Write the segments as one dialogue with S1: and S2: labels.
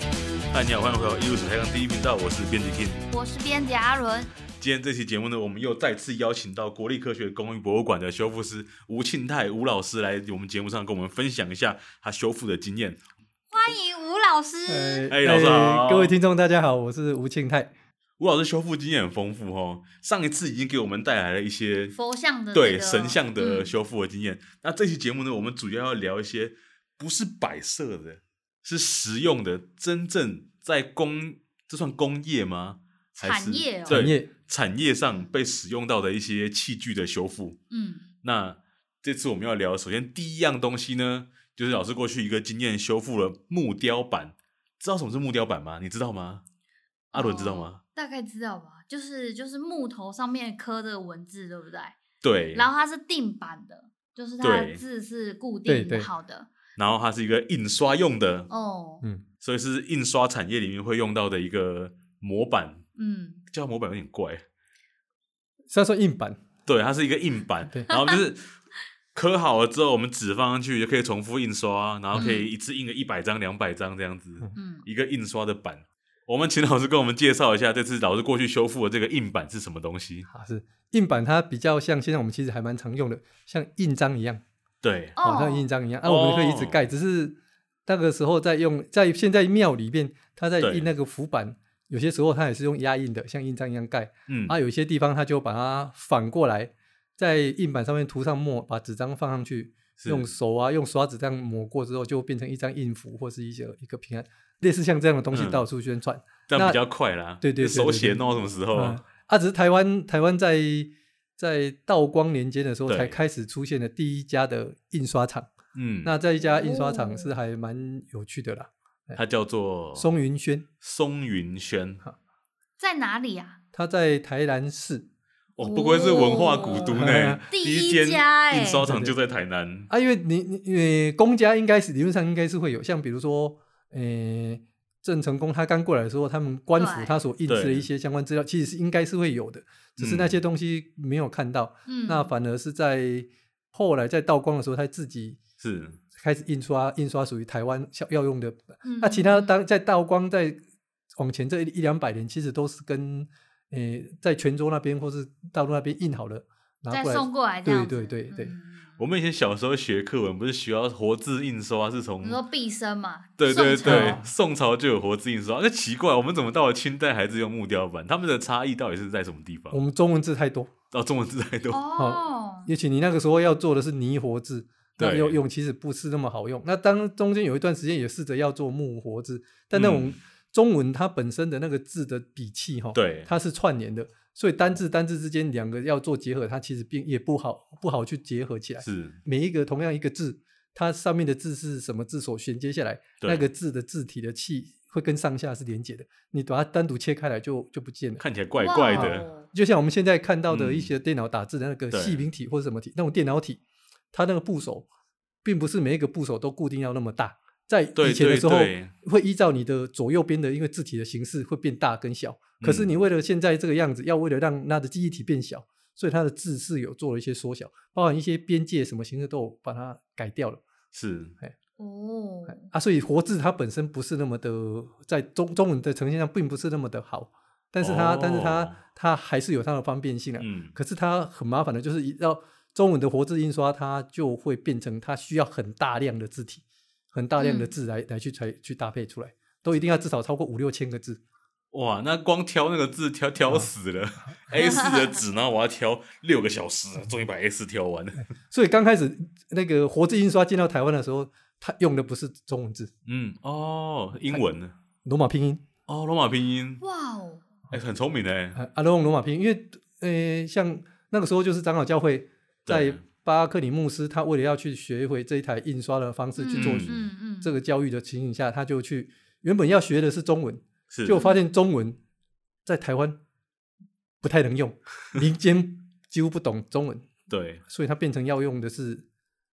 S1: 你好，欢迎回到艺术史台港第一频道，我是编辑 King。
S2: 我是编辑阿伦，
S1: 今天这期节目呢，我们又再次邀请到国立科学工艺博物馆的修复师吴庆泰吴老师来我们节目上跟我们分享一下他修复的经验。
S2: 欢迎吴老师。
S1: 哎老师好
S3: 呃各位听众大家好，我是吴庆泰。
S1: 吴老师修复经验很丰富哦，上一次已经给我们带来了一些
S2: 佛像的、
S1: 对神像的
S2: 嗯
S1: 修复的经验。那这期节目呢，我们主要要聊一些不是摆设的，是实用的，真正在工这算工业吗？还是
S2: 产业哦
S1: 对
S3: 产业
S1: 产业上被使用到的一些器具的修复。
S2: 嗯，
S1: 那这次我们要聊，首先第一样东西呢，就是老师过去一个经验修复了木雕板。知道什么是木雕板吗？你知道吗？阿伦知道吗？
S2: 大概知道吧，就是就是木头上面刻的文字，对不对？
S1: 对，
S2: 然后它是定版的，就是它
S1: 对
S2: 的字是固
S3: 对
S2: 定
S3: 对
S2: 好的。
S1: 然后它是一个印刷用的，
S2: 哦，
S3: 嗯，
S1: 所以是印刷产业里面会用到的一个模板，
S2: 嗯，
S1: 叫它模板有点怪。
S3: 虽然说硬板，
S1: 对，它是一个硬板
S3: 对，
S1: 然后就是刻好了之后，我们纸放上去就可以重复印刷，然后可以一次印个一百张、两百张这样子，
S2: 嗯，
S1: 一个印刷的板。我们请老师跟我们介绍一下，这次老师过去修复的这个硬板是什么东西？
S3: 啊是硬板，它比较像现在我们其实还蛮常用的，像印章一样，
S1: 对，
S3: 好
S2: 哦
S3: 像，印章一样啊，
S1: 哦
S3: 我们可以一直盖，只是那个时候在用，在现在庙里面，它在
S1: 对
S3: 印那个浮板，有些时候它也是用压印的，像印章一样盖，
S1: 嗯，
S3: 啊，有些地方它就把它反过来，在印板上面涂上墨，把纸张放上去，
S1: 是
S3: 用手啊，用刷子这样抹过之后，就变成一张印符或是一些一个平安，类似像这样的东西
S1: 嗯
S3: 到处宣传。
S1: 这样
S3: 那
S1: 比较快啦。
S3: 对对对对
S1: 手写
S3: 对
S1: 弄到什么时候
S3: 嗯
S1: 啊？
S3: 啊，只是台湾台湾在在道光年间的时候
S1: 对
S3: 才开始出现了第一家的印刷厂。
S1: 嗯，
S3: 那这一家印刷厂
S2: 哦
S3: 是还蛮有趣的啦，
S1: 它叫做
S3: 松云轩，
S1: 松云轩。
S2: 在哪里啊？
S3: 它在台南市
S1: 哦，不愧是文化古都呢
S3: 哦，
S2: 第
S1: 一
S2: 一
S1: 间
S2: 家哎
S1: 印刷厂就在台南。
S3: 啊，因为你你你公家应该是理论上应该是会有，像比如说，呃，郑成功他刚过来的时候，他们官府
S2: 对
S3: 他所印制的
S1: 对
S3: 一些相关资料，其实是应该是会有的，只是那些东西没有看到，
S2: 嗯，
S3: 那反而是在后来在道光的时候，他自己
S1: 是，
S3: 开始印刷印刷属于台湾要要用的。
S2: 嗯
S3: 那其他
S2: 嗯
S3: 当在道光在往前这一一两百年，其实都是跟诶、在泉州那边或是大陆那边印好了，
S2: 嗯
S3: 拿
S2: 再
S3: 过来
S2: 送过来这
S3: 对
S2: 样子，
S3: 对对对
S2: 嗯。
S1: 我们以前小时候学课文，不是学到活字印刷是从
S2: 嗯你说毕生嘛？
S1: 对对
S2: 宋
S1: 对
S2: 朝，
S1: 宋朝就有活字印刷，那奇怪，我们怎么到了清代还是用木雕版？他们的差异到底是在什么地方
S3: 我？们中文字太多。
S1: 哦，中文字太多，
S2: 哦，
S3: 尤其你那个时候要做的是泥活字，那
S1: 对
S3: 用用其实不是那么好用。那当中间有一段时间也试着要做木活字，但那种
S1: 嗯
S3: 中文它本身的那个字的笔气哈，
S1: 对
S3: 它是串联的，所以单字单字之间两个要做结合，它其实并也不好不好去结合起来。
S1: 是，
S3: 每一个同样一个字，它上面的字是什么字所衔接下来，
S1: 对
S3: 那个字的字体的气会跟上下是连接的，你把它单独切开来就就不见了。
S1: 看起来怪怪
S2: 哇
S1: 的，
S2: 哦，
S3: 就像我们现在看到的一
S1: 嗯
S3: 些电脑打字的那个
S1: 对
S3: 细明体或者什么体，那种电脑体，它那个部首，并不是每一个部首都固定要那么大。在
S1: 对
S3: 以前的时候
S1: 对对，
S3: 会依照你的左右边的因为字体的形式会变大跟小。可是
S1: 嗯
S3: 你为了现在这个样子，要为了让它的记忆体变小，所以它的字是有做了一些缩小，包含一些边界什么形式都有把它改掉了
S1: 是，
S2: 哦，
S3: 啊。所以活字它本身不是那么的在中中文的呈现上并不是那么的好，但是它、但是
S1: 哦
S3: 它它还是有它的方便性啊。
S1: 嗯，
S3: 可是它很麻烦的，就是一要中文的活字印刷，它就会变成它需要很大量的字体，很大量的
S2: 嗯
S3: 字来、来去才去搭配出来，都一定要至少超过五六千个字。
S1: 哇，那光挑那个字挑
S3: 嗯
S1: 挑死 了，A 四的纸，然后我要挑六个小时，啊终于把 A 四挑完了，
S3: 所以刚开始那个活字印刷进到台湾的时候，它用的不是中文字，
S1: 嗯，哦，英文呢，
S3: 罗马拼音，
S1: 哦，罗马拼音，
S2: 哇哦，
S1: 哎，很聪明哎，
S3: 啊，啊都用罗马拼音，因为呃，像那个时候就是长老教会
S1: 对
S3: 在巴克里牧师，他为了要去学会这一台印刷的方式去做
S2: 嗯嗯嗯，
S3: 这个教育的情形下，他就去原本要学的是中文，
S1: 是，
S3: 就发现中文在台湾不太能用， 民间几乎不懂中文，
S1: 对，
S3: 所以它变成要用的是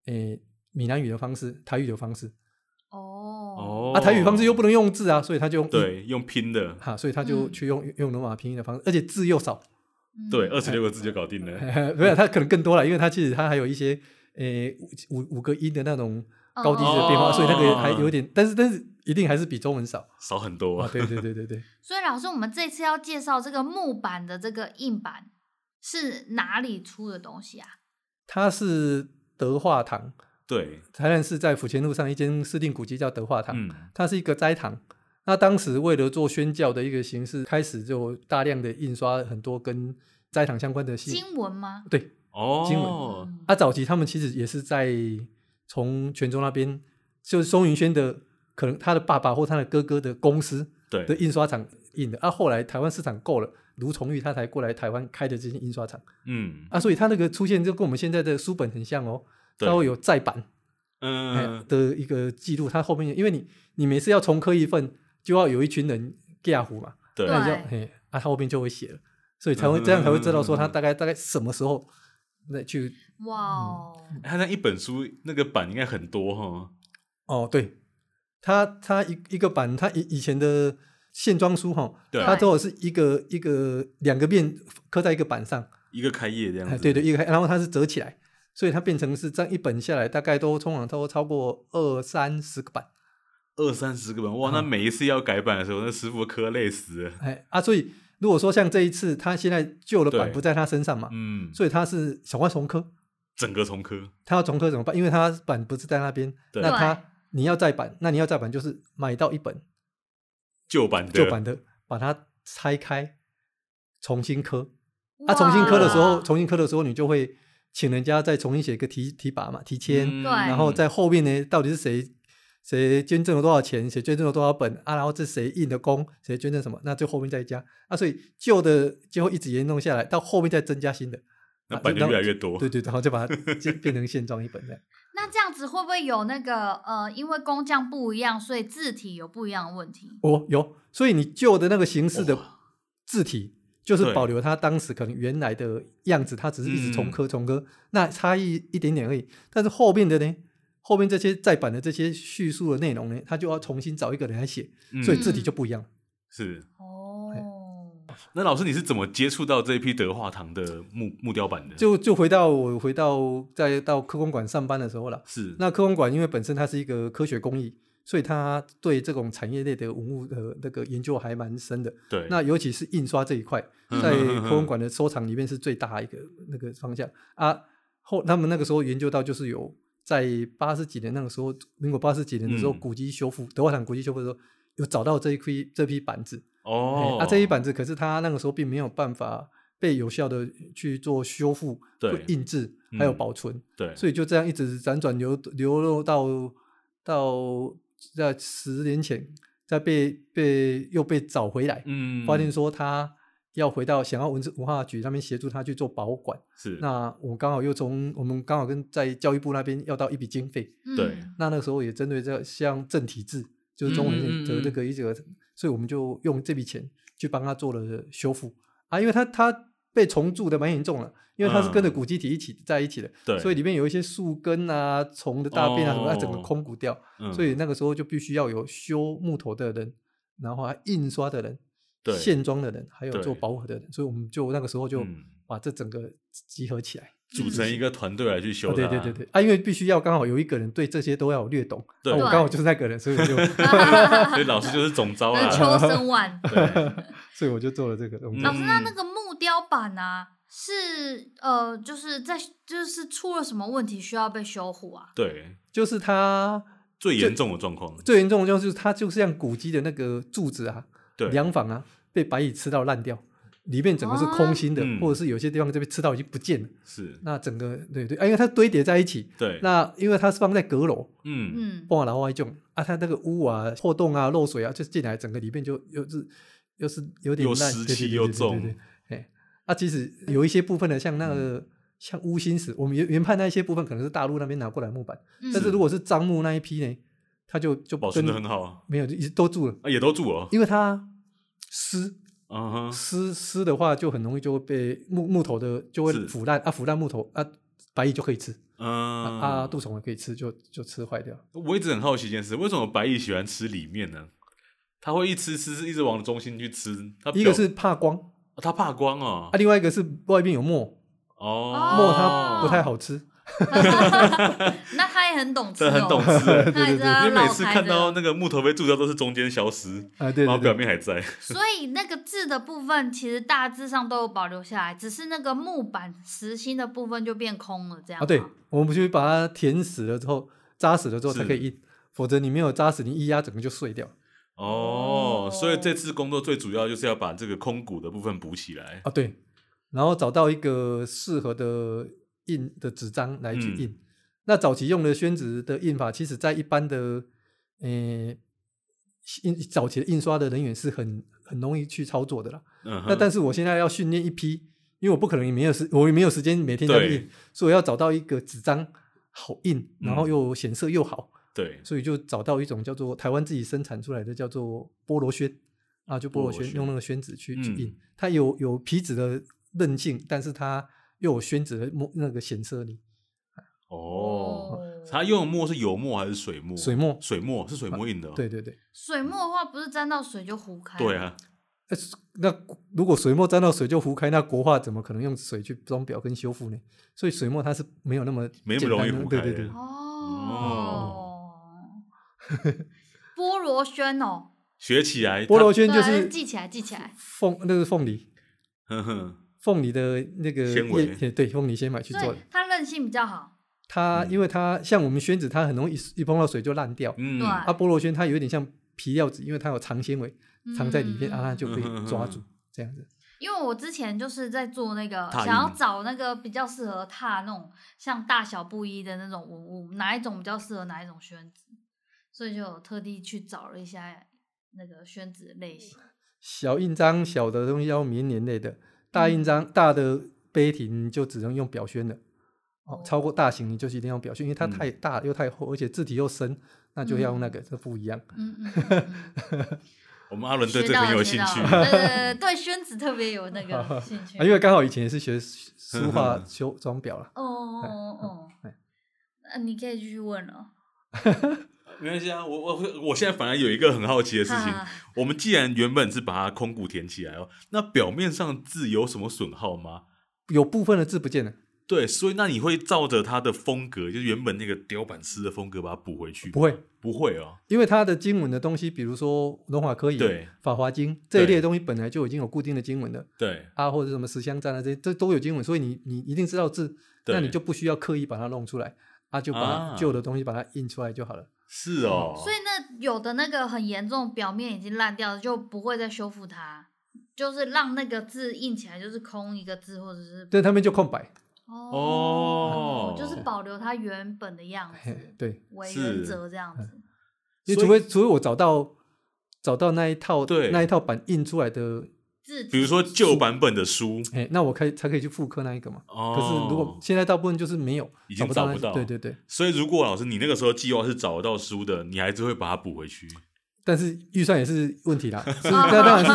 S3: 诶、闽南语的方式、台语的方式。
S2: 哦，
S1: 哦，
S3: 啊，台语方式又不能用字啊，所以他就用印
S1: 对，用拼的，
S3: 哈、所以他就
S2: 嗯
S3: 去用、用罗马拼音的方式，而且字又少，
S2: 嗯
S1: 对，二十六个字就搞
S3: 嗯
S1: 定了，
S3: 没有他可能更多了，因为他其实他还有一些诶、五五五个音的那种高低值的变化，
S1: 哦
S3: 所以那个还有点，但是但是一定还是比中文少
S1: 少很多
S3: 啊。
S1: 啊。
S3: 对对对对对，
S2: 所以老师，我们这次要介绍这个木板的这个硬板是哪里出的东西啊？
S3: 它是德化堂，
S1: 对，
S3: 台南市在府前路上一间市定古迹叫德化堂，
S1: 嗯，
S3: 它是一个斋堂。那当时为了做宣教的一个形式，开始就大量的印刷很多跟斋堂相关的信。
S2: 经文吗？
S3: 对，
S1: 哦，
S3: 经文
S2: 嗯
S3: 啊，早期他们其实也是在从泉州那边，就是松云轩的，可能他的爸爸或他的哥哥的公司的
S1: 对，
S3: 印刷厂印的。啊，后来台湾市场够了，卢崇玉他才过来台湾开的这些印刷厂
S1: 嗯
S3: 啊，所以他那个出现就跟我们现在的书本很像哦，
S1: 对
S3: 它会有再版哎
S1: 嗯，
S3: 的一个记录，它后面因为你你每次要重刻一份，就要有一群人架糊嘛，
S1: 对，哎
S3: 那你就
S2: 对
S3: 嘿啊，他后面就会写了，所以才会这样才会知道说他
S1: 嗯
S3: 大概大概什么时候那去
S2: 哇哦，
S3: 嗯
S1: 他那一本书那个版应该很多哈。
S3: 哦，对，它它一一个版，它以以前的线装书哈，
S1: 对，
S3: 它都有是一个一个两个面刻在一个板上，
S1: 一个开业这样
S3: 哎
S1: 子。
S3: 对对，，一个，然后它是折起来，所以它变成是这样一本下来，大概都通常都超过二三十个版，
S1: 二三十个版，哇，那
S3: 嗯
S1: 每一次要改版的时候，那师傅磕累死了。
S3: 哎啊，所以如果说像这一次，它现在旧的版
S1: 对
S3: 不在它身上嘛，
S1: 嗯，
S3: 所以它是小花重刻，
S1: 整个重刻，
S3: 它要重刻怎么办？因为它版不是在那边，
S1: 对
S3: 那
S2: 对
S3: 它你要再版，那你要再版就是买到一本
S1: 旧版的，
S3: 旧版的，把它拆开重新刻。啊，
S2: 哇
S3: 重新刻的时候，
S2: 哇哦
S3: 重新刻的时候，你就会请人家再重新写一个题题跋嘛，题签，
S1: 嗯
S2: 对
S3: 然后在后面呢，到底是谁谁捐赠了多少钱，谁捐赠了多少本啊，然后是谁印的工，谁捐赠什么，那就后面再加啊，所以旧的就会一直沿用下来，到后面再增加新的，
S1: 那
S3: 啊
S1: 版就
S3: 然后
S1: 越来越多。
S3: 对对，然后就 把它就变成现装一本这样。
S2: 那这样子会不会有那个呃，因为工匠不一样，所以字体有不一样的问题？
S3: 哦，有，所以你旧的那个形式的
S1: 哇
S3: 字体，就是
S1: 对
S3: 保留它当时可能原来的样子，它只是一直重
S1: 嗯
S3: 刻重刻，那差异一点点而已。但是后面的呢，后面这些再版的这些叙述的内容呢，它就要重新找一个人来写，
S1: 嗯
S3: 所以字体就不一样了。
S1: 是。
S2: 哦，
S1: 那老师，你是怎么接触到这一批德化堂的木木雕版的？
S3: 就就回到我回到再到科工馆上班的时候了。
S1: 是
S3: 那科工馆因为本身它是一个科学工艺，所以它对这种产业类的文物的呃那个研究还蛮深的。
S1: 对，
S3: 那尤其是印刷这一块，
S1: 嗯
S3: 在
S1: 嗯嗯
S3: 科文馆的收藏里面是最大一个那个方向啊。后他们那个时候研究到，就是有在八十几年那个时候，民国八十几年的时候，
S1: 嗯
S3: 古籍修复德化堂古籍修复的时候，有找到这一批这批板子。
S1: 哦，
S3: 哎啊，这一板子可是他那个时候并没有办法被有效的去做修复、
S1: 对
S3: 或印制，还有
S1: 嗯
S3: 保存，
S1: 对，
S3: 所以就这样一直辗转流流落到到在十年前，再被被又被找回来。
S1: 嗯，
S3: 发现说他要回到想要文字文化局那边协助他去做保管。
S1: 是
S3: 那我刚好又从我们刚好跟在教育部那边要到一笔经费，
S2: 嗯
S1: 对
S3: 那那个时候也针对这像正体制，就是中文
S1: 嗯嗯嗯
S3: 的
S1: 嗯
S3: 这个一个，所以我们就用这笔钱去帮他做了修复啊，因为他他被重铸的蛮严重了，因为他是跟着
S1: 嗯
S3: 古基体一起在一起的，
S1: 对，
S3: 所以里面有一些树根啊、虫的大便啊什么，它整个
S1: 哦
S3: 空鼓掉。
S1: 嗯
S3: 所以那个时候就必须要有修木头的人，然后还印刷的人
S1: 对、
S3: 线装的人，还有
S1: 对
S3: 做饱和的人，所以我们就那个时候就
S1: 嗯
S3: 把这整个集合起来。
S1: 组成一个团队来去修
S3: 啊，
S1: 它。
S3: 对对对对，啊，因为必须要刚好有一个人对这些都要有略懂，
S1: 对
S3: 啊我刚好就是那个人，所以 我就，
S1: 所以老师就是总招
S2: 那
S1: 啦。
S2: 秋生万。
S1: 对，
S3: 所以我就做了这个东西。
S2: 老师，那那
S1: 嗯
S2: 个木雕版啊，是呃，就是在就是出了什么问题需要被修护啊？
S1: 对，
S3: 就是它
S1: 最严重的状况，
S3: 最严重的就是它就像古迹的那个柱子啊、
S1: 对，
S3: 梁房啊，被白蚁吃到烂掉，里面整个是空心的，
S1: 啊嗯
S3: 或者是有些地方这边吃到已经不见了。
S1: 是，
S3: 那整个对对、啊，因为它堆叠在一起，
S1: 对，
S3: 那因为它是放在阁楼，
S1: 嗯，
S2: 嗯，
S3: 崩啊然后一种啊，它那个屋啊破洞啊漏水啊，就进来整个里面就又是又是有点
S1: 又
S3: 烂，
S1: 湿
S3: 对对
S1: 气
S3: 对
S1: 又
S3: 对对
S1: 重
S3: 对对哎，啊，其实有一些部分的像那个、
S1: 嗯
S3: 像乌心石，我们原原判那一些部分可能是大陆那边拿过来木板，
S2: 嗯
S3: 但是如果是樟木那一批呢，它就就
S1: 保存的
S3: 跟
S1: 很好啊
S3: 没有就一直都住了，
S1: 啊，也都住哦。
S3: 因为它湿
S1: 嗯哼，
S3: 湿湿的话就很容易就会被木木头的就会
S1: 是
S3: 腐烂啊，腐烂木头啊，白蚁就可以吃、啊
S1: 嗯啊
S3: 啊，杜虫也可以吃，就就吃坏掉。
S1: 我一直很好奇一件事，为什么白蚁喜欢吃里面呢？它会一吃吃吃，一直往中心去吃。它
S3: 一
S1: 表
S3: 个是哎怕光，
S1: 哦它怕光哦
S3: 啊，，另外一个是外面有墨，
S1: 哦，
S3: 墨它不太好吃，
S2: 那他也很懂吃、
S1: 这
S2: 哦，
S1: 很懂 事。
S2: 他也知道
S1: 你每
S2: 绕
S1: 次
S2: 开
S1: 看
S2: 的
S1: 到那个木头被注掉，都是中间消失，
S3: 啊，对
S1: 然后
S3: 对
S1: 表
S3: 对，
S1: 面还在。
S2: 所以那个字的部分其实大致上都有保留下来，只是那个木板实心的部分就变空了，这样
S3: 啊，对
S2: 吗，
S3: 我们必须把它填死了之后，扎死了之后才
S1: 是
S3: 可以印，否则你没有扎死，你一压整个就碎掉。
S1: 哦
S2: 哦，
S1: 所以这次工作最主要就是要把这个空鼓的部分补起来。
S3: 啊，对，然后找到一个适合的印的纸张来去
S1: 嗯
S3: 印。那早期用的宣纸的印法，其实在一般的呃印早期的印刷的人员是很很容易去操作的啦。
S1: 嗯哼，
S3: 那但是我现在要训练一批，因为我不可能也没有时，我也没有时间每天在
S1: 对
S3: 印，所以我要找到一个纸张好印，然后
S1: 嗯
S3: 又显色又好，
S1: 对，
S3: 所以就找到一种叫做台湾自己生产出来的叫做菠萝宣啊，就菠
S1: 菠萝
S3: 萝宣
S1: 宣
S3: 用那个宣纸去去印，
S1: 嗯
S3: 它有有皮质的韧性，但是它又有宣纸的墨那个显色力，
S1: 哦，他用的墨是油墨还是水墨？
S3: 水墨
S1: 水墨是水墨印的哦。
S3: 对对对。
S2: 水墨的话不是沾到水就糊开？
S1: 对，啊，
S3: 那那如果水墨沾到水就糊开，那国画怎么可能用水去装裱跟修复呢？所以水墨它是没有那么
S1: 没那
S3: 简
S1: 么容易
S3: 单的
S1: 糊
S3: 对
S1: 开
S3: 对
S1: 的。
S3: 对，
S2: 哦，
S3: 啊
S2: 菠萝轩哦，
S1: 学起来，
S3: 菠萝
S1: 它，
S3: 圈就
S2: 对啊
S3: 是
S2: 记起来，记起来。
S3: 凤，那是凤梨，
S1: 哼哼，
S3: 凤梨的那个
S1: 纤维
S3: 叶对，凤梨先买去
S2: 所
S3: 做的
S2: 以。它韧性比较好，
S3: 它因为它像我们宣纸，它很容易一一碰到水就烂掉。
S1: 嗯嗯，
S2: 对
S3: 啊，菠萝圈它有一点像皮料纸，因为它有长纤维藏在里面，
S2: 嗯
S3: 啊，它就可
S1: 嗯嗯嗯
S3: 以抓住这样子。
S2: 因为我之前就是在做那个，
S1: 拓印
S2: 想要找那个比较适合踏那种像大小不一的那种文物，哪一种比较适合哪一种宣纸，所以就有特地去找了一下那个宣纸的类型。
S3: 小印章小的东西要明年类的，大
S2: 嗯
S3: 印章大的杯体就只能用表宣了。哦
S2: 哦，
S3: 超过大型你就是一定要表宣，因为它
S1: 嗯
S3: 太大又太厚，而且字体又深，那就要用那个，这不一样。
S2: 嗯嗯嗯，
S1: 我们阿伦
S2: 嗯
S1: 对
S2: 学
S1: 这
S2: 到
S1: 很有
S2: 了，学
S1: 兴
S2: 到
S1: 趣哎
S2: 了，。对对对，对宣纸特别有那个兴趣。
S3: 啊，因为刚好以前也是学书画
S1: 嗯
S3: 修装裱了。
S2: 哦哦哦哦
S3: 哎，
S2: 那你可以继续问了。
S1: 没关系啊，我我会，我现在反而有一个很好奇的事情，我们既然原本是把它空鼓填起来哦，那表面上字有什么损耗吗？
S3: 有部分的字不见了，
S1: 对，所以那你会照着它的风格，就是原本那个雕版师的风格把它补回去？
S3: 不会，
S1: 不会哦。
S3: 因为它的经文的东西，比如说《龙华科仪》
S1: 对
S3: 《法华经》这一
S1: 对
S3: 类的东西，本来就已经有固定的经文了
S1: 对，
S3: 啊，或者什么十香赞啊，这些这都有经文，所以你你一定知道字，
S1: 对
S3: 那你就不需要刻意把它弄出来，啊，就
S1: 啊
S3: 把旧的东西把它印出来就好了。
S1: 是哦。
S2: 所以那有的那个很严重，表面已经烂掉了，就不会再修复它，就是让那个字印起来就是空一个字，或者是
S3: 对，他们就空白，
S1: 哦
S2: 就是保留它原本的样
S3: 嘿
S2: 子，
S3: 对，
S2: 为
S1: 是嗯
S2: 原则这样子。
S3: 因
S1: 所
S3: 为
S1: 以
S3: 除非除非我找到找到那一套
S1: 对
S3: 那一套版印出来的，
S2: 字体
S1: 比如说旧版本的书，
S3: 哎，那我可以才可以去复刻那一个嘛。
S1: 哦，
S3: 可是如果现在大部分就是没有，
S1: 已经
S3: 不到
S1: 找
S3: 那
S1: 不
S3: 一
S1: 到
S3: 对对对。
S1: 所以如果老师你那个时候计划是找得到书的，你还是会把它补回去。
S3: 但是预算也是问题啦，是那当然是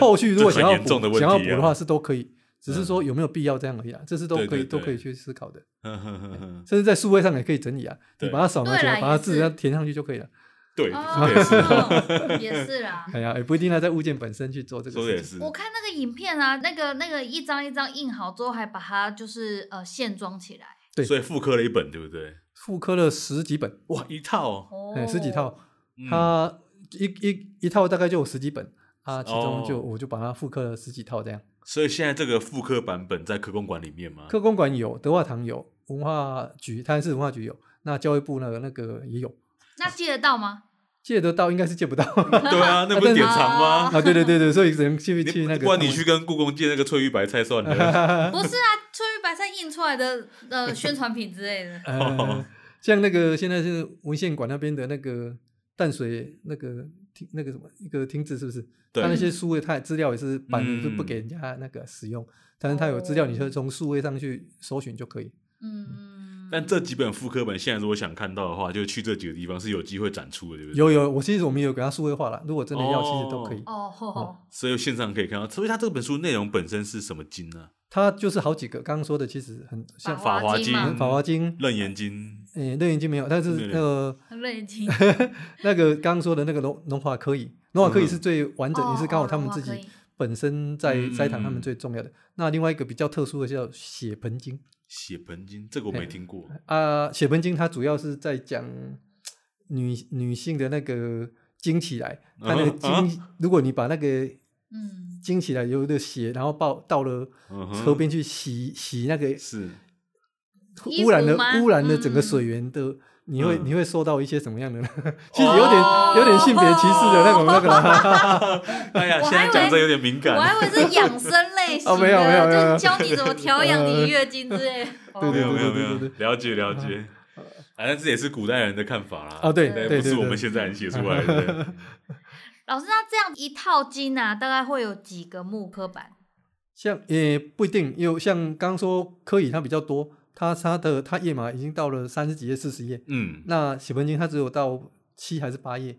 S3: 后续如果
S1: 这
S3: 想要
S1: 很严重的
S3: 补
S1: 问题
S3: 想
S1: 啊嗯
S3: 要补的话是都可以，只是说有没有必要这样而已啦，这是都可以
S1: 对对对
S3: 都可以去思考的，
S1: 呵呵呵呵
S3: 甚至在数位上也可以整理啊，
S1: 对
S3: 你把它扫描起
S2: 对啦
S3: 来，把它
S2: 也是
S3: 字要填上去就可 以了。
S1: 对，说
S2: 哦
S1: 的也是， 哦
S2: 也 是啦。
S3: 哎呀，也不一定要在物件本身去做这个
S1: 说的也
S3: 事情。
S1: 是。
S2: 我看那个影片啊，那个那个一张一张印好之后，还把它就是呃线装起来。
S3: 对
S1: 所以复刻了一本，对不对？
S3: 复刻了十几本，
S1: 哇，一套哦，
S2: 哦
S3: 哎，十几套，
S1: 嗯
S3: 它一一一套大概就有十几本啊，其中就
S1: 哦
S3: 我就把它复刻了十几套这样。
S1: 所以现在这个复刻版本在科公馆里面吗？
S3: 科公馆有，德化堂有，文化局台南市文化局有，那教育部那个那个也有，
S2: 那借得到吗？
S3: 借得到应该 是借不到。
S1: 对啊，那不是典藏吗？
S3: 啊，对对对对，所以只能去
S1: 你
S3: 去那个。
S1: 不然你去跟故宫借那个翠玉白菜 算了。
S2: 不是啊，翠玉白菜印出来的呃宣传品之类的。
S1: 哦
S3: 呃，像那个现在是文献馆那边的那个淡水那个厅那个什么一个厅子是不是？
S1: 对
S3: 他那些书的它资料也是版
S1: 嗯
S3: 是不给人家那个使用，但
S1: 哦
S3: 是它有资料，你就从数位上去搜寻就可以。
S2: 嗯，
S1: 但这几本复刻本现在如果想看到的话，就去这几个地方是有机会展出的，对不对？
S3: 有有，我其实我们有给它数位化了，如果真的要，其实都可以。
S2: 哦吼吼，
S1: 所以线上可以看到。所以它这本书内容本身是什么经呢、
S3: 它就是好几个，刚刚说的其实很像
S1: 法华
S2: 经
S1: 经
S2: 嘛，
S3: 法华经，
S1: 楞严经》
S3: 诶，楞严经没有，但是
S1: 啊没有
S3: 那个
S2: 瑞 金
S3: 那个刚刚说的那个农农华科仪，农华科仪
S1: 嗯
S2: 哦
S3: 是最完整，也是刚好他们自己本身在斋堂他
S1: 嗯
S3: 们最重要的。那另外一个比较特殊的叫血盆经
S1: 血盆经这个我没听过，
S3: 啊，血盆经它主要是在讲女女性的那个经起来，它那个经，
S1: 啊
S3: 如果你把那个
S2: 嗯，
S3: 经起来有的血，然后抱到了
S1: 嗯哼
S3: 河边去洗、洗那个
S1: 是
S2: 衣
S3: 污染
S2: 服
S3: 了
S2: 吗
S3: 污染了整个
S2: 嗯
S3: 水源的，你会
S1: 嗯
S3: 你会受到一些什么样的呢？其实有点
S2: 哦
S3: 有点性别歧视的那种那个啦。
S1: 哎呀，
S2: 我
S1: 现
S2: 还
S1: 在讲
S2: 以为
S1: 这有点敏
S2: 我还
S1: 感，啊
S2: 以为是养生类 型的，
S3: 哦没有没有没有嗯
S2: 就是教你怎么调养你的月经之类 的。哦
S3: 对
S1: 没
S3: 对
S1: 有
S3: 对
S1: 没有没有
S3: 对对，
S1: 了解了解。啊，但这也是古代人的看法啦。
S3: 哦，对
S2: 对
S3: 对
S1: 不是
S3: 对
S1: 我们
S3: 对，
S1: 现在人写出来 的。
S2: 老师，那这样一套经啊，大概会有几个木刻板？
S3: 像也不一定，有像刚说科以它比较多，它它的它页码已经到了三十几页、四十页，
S1: 嗯，
S3: 那血盆经它只有到七还是八页，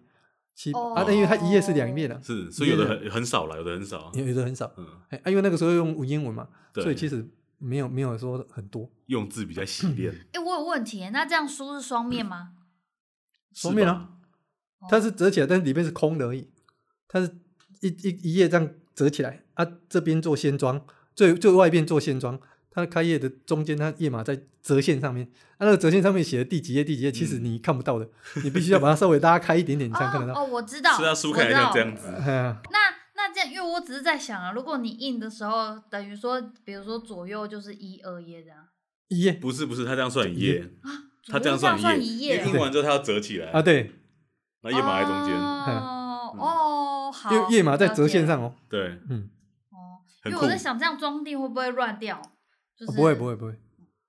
S3: 七
S2: 哦
S3: 啊，那因为它一页是两面啊，
S1: 是，所以有的很很少了，有的很少。
S3: 有有的很少，
S1: 嗯，
S3: 哎，啊因为那个时候用英文嘛，
S1: 对
S3: 所以其实没有没有说很多。
S1: 用字比较洗
S3: 嗯
S1: 练。
S2: 哎，我有问题耶，那这样书是双面吗？
S3: 双面啊
S2: 哦
S3: 它是折起来，但是里面是空的而已。它是一一一页这样折起来，啊，这边做线装，最最外边做线装，它的开页的中间，它页码在折线上面，啊，那个折线上面写的第几页第几页，其实
S1: 嗯
S3: 你看不到的， 你必须要把它稍微拉开一点点，你才看得
S2: 哦
S3: 到。
S2: 哦，我知道，
S1: 是啊，书
S2: 我
S1: 看起
S2: 知
S1: 来
S2: 道
S1: 像这样子。
S3: 嗯
S2: 那那这样，因为我只是在想啊，如果你印的时候，等于说，比如说左右就是一二页这样，
S3: 一页
S1: 不是不是，他这样算一页，他
S2: 左右
S1: 算
S2: 算
S1: 一
S2: 一
S1: 页，
S2: 页
S1: 因为印完之后他要折起来
S3: 啊，，对，
S1: 那页码在中间。
S2: 哦
S1: 嗯
S2: 哦，好，
S3: 因为页码在折线上
S2: 了
S3: 哦，
S1: 对，
S3: 嗯，
S2: 解哦，因
S1: 很
S2: 为
S1: 酷
S2: 我。在想这样装订会不会乱掉？就是
S3: 哦
S2: 哦
S3: 不会不会嗯不会，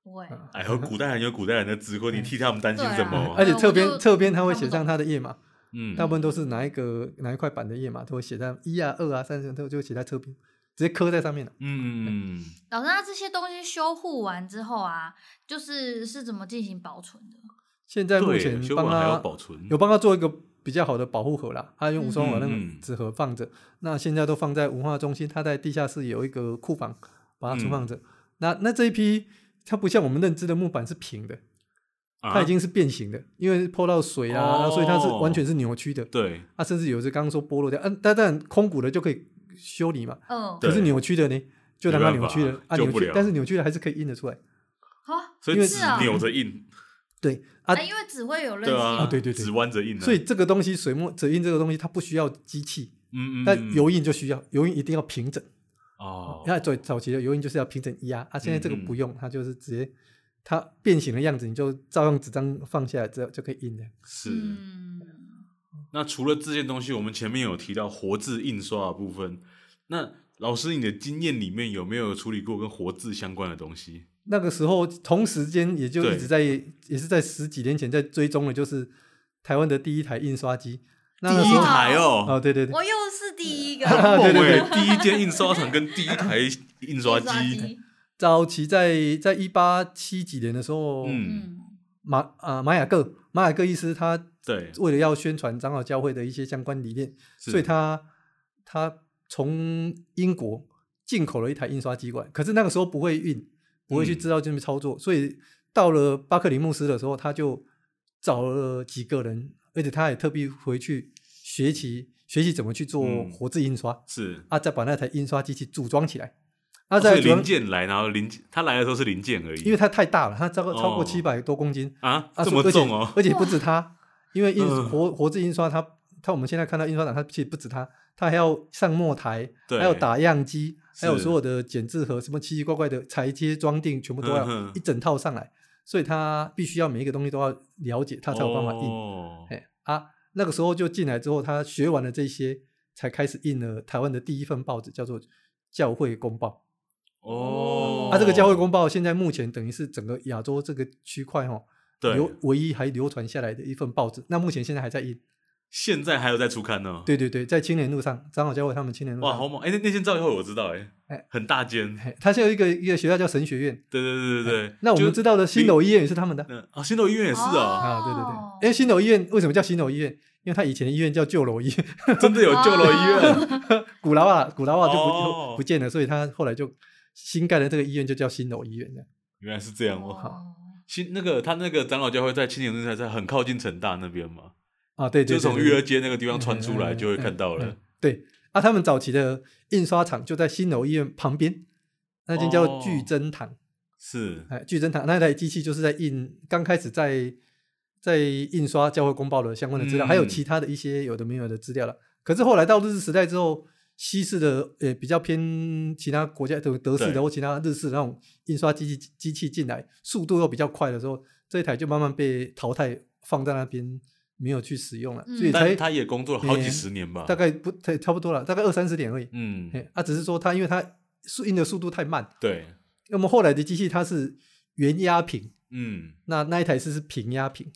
S2: 不会，
S1: 哎呦，古代人有古代人的智慧，你替他们担心
S2: 对啊
S1: 什么
S3: 嗯
S1: 啊？
S3: 而且侧
S2: 我就
S3: 边侧边它会
S2: 看不
S3: 写上它的页码，
S1: 嗯，
S3: 大部分都是哪一个哪一块板的页码都会写在一啊二啊三啊都就写在侧边，直接刻在上面了。
S1: 嗯，
S2: 老师，那这些东西修护完之后啊，就是是怎么进行保存的？
S3: 现在目前
S1: 对，修
S3: 帮
S1: 完还
S3: 他
S1: 要保存
S3: 有。帮他做一个比较好的保护盒啦，他用无双网那
S1: 嗯嗯
S3: 个纸盒放着。那现在都放在文化中心，他在地下室有一个库房把它存放着。
S1: 嗯
S3: 那那这一批，它不像我们认知的木板是平的，
S1: 啊
S3: 它已经是变形的，因为泼到水啊，
S1: 哦
S3: 所以它是完全是扭曲的。
S1: 对，
S3: 啊，甚至有的刚刚说剥落掉，嗯、但但空鼓的就可以修理嘛，
S2: 嗯，
S1: 对
S3: 可是扭曲的呢，就让它
S1: 没办
S3: 扭
S1: 法
S3: 曲了啊，
S1: 救
S3: 扭
S1: 不
S3: 曲
S1: 了，
S3: 但是扭曲的还是可以印得出来。
S2: 好，
S1: 所
S3: 因
S1: 以
S3: 为
S1: 纸
S2: 是啊
S1: 扭着印，
S3: 对啊
S2: 哎，，因为只会有认
S1: 对啊，
S2: 识，
S3: 对对对
S1: 纸弯着印啊。
S3: 所以这个东西水墨折印这个东西，它不需要机器，
S1: 嗯，嗯嗯，
S3: 但油印就需要，油印一定要平整。
S1: 哦，
S3: 那最早期的油印就是要平整压啊，现在这个
S1: 嗯嗯
S3: 不用，它就是直接它变形的样子，你就照样纸张放下来之后就可以印了。
S1: 是。
S2: 嗯，
S1: 那除了这些东西，我们前面有提到活字印刷的部分，那老师你的经验里面有没有处理过跟活字相关的东西？
S3: 那个时候同时间也就
S1: 对
S3: 一直在，也是在十几年前在追踪的，就是台湾的第一台印刷机。那个
S1: 第
S3: 时
S1: 一
S3: 候
S1: 台哦，
S3: 哦，对对对，
S2: 我又是第一个
S1: 很猛
S3: 啊对对对
S1: 欸第一间印刷厂跟第一台印刷机，，
S3: 早期在在一八七几年的时候，
S1: 嗯，
S2: 嗯，
S3: 马啊、马雅各马雅各医师他
S1: 对，
S3: 为了要宣传长老教会的一些相关理念，
S1: 是
S3: 所以他他从英国进口了一台印刷机过来，可是那个时候不会运，不会去
S1: 嗯
S3: 知道这边操作，所以到了巴克林牧师的时候，他就找了几个人，而且他也特地回去学习学习怎么去做
S1: 嗯
S3: 活字印刷、
S1: 是，
S3: 啊，再把那台印刷机器组装起来。啊，
S1: 哦
S3: 在
S1: 所以
S3: 组装
S1: 零，件来，然后零件他来的时候是零件而已，
S3: 因为它太大了，它超过超
S1: 哦
S3: 过七百多公斤，
S1: 啊
S3: 啊，
S1: 这
S3: 所
S1: 么
S3: 以而且
S1: 重哦，
S3: 而且不止它，因为印
S1: 嗯
S3: 活活字印刷它，它我们现在看到印刷厂，它其实不止它，它还要上墨台，
S1: 对
S3: 还有打样机，
S1: 是
S3: 还有所有的剪字盒，什么奇奇怪怪的裁切装订，全部都要
S1: 嗯哼
S3: 一整套上来，所以它必须要每一个东西都要了解，它才有办法印。
S1: 哦
S3: 哎、啊，那个时候就进来之后，他学完了这些，才开始印了台湾的第一份报纸，叫做《教会公报》。
S1: 哦，
S3: 啊，这个教会公报现在目前等于是整个亚洲这个区块哈、
S1: 对
S3: 流唯一还流传下来的一份报纸。那目前现在还在印，
S1: 现在还有在出刊呢，
S3: 对对对，在青年路上，张好教会他们青年路
S1: 哇，
S3: 上，
S1: 好猛！哎，那那间照以后我知道，哎
S3: 嗯哎，
S1: 很大间，
S3: 嘿它现在有一个一个学校叫神学院，
S1: 对对对对对，
S3: 那我
S1: 就
S3: 们知道的新楼医院也是他们的
S1: 嗯啊，新楼医院也是哦，
S3: 啊，对对对
S2: 哦，
S3: 因为新楼医院为什么叫新楼医院？因为它以前的医院叫旧楼医院，
S1: 真的有旧楼医院，
S3: 古老啊，古老啊就不、
S1: 哦
S3: 不见了，所以它后来就新盖的这个医院就叫新楼医院这样
S1: 原来是这样哦。
S2: 哦，
S1: 新那个他那个长老教会在青年论坛在很靠近成大那边嘛，
S3: 啊，对对
S1: 就
S3: 对，
S1: 从
S3: 对
S1: 育
S3: 对
S1: 乐街那个地方穿出来就会看到了
S3: 嗯嗯。对，啊，他们早期的印刷厂就在新楼医院旁边，那间叫
S1: 哦
S3: 聚珍堂。
S1: 是
S3: 哎，聚珍堂那台机器就是在印，刚开始在在印刷教会公报的相关的资料，还有
S1: 嗯
S3: 其他的一些有的没有的资料了。可是后来到日治时代之后，西式的呃比较偏其他国家德德式
S1: 对
S3: 的或其他日式的那种印刷机器机器进来，速度又比较快的时候，这一台就慢慢被淘汰，放在那边没有去使用了，
S2: 嗯
S3: 所以才
S1: 但他也工作了好几十年吧，
S3: 大概不太差不多了，大概二三十点而已。
S1: 嗯，
S3: 哎，啊，只是说它因为它速印的速度太慢，
S1: 对，
S3: 那么后来的机器它是圆压平。
S1: 嗯，
S3: 那那一台是是平压屏，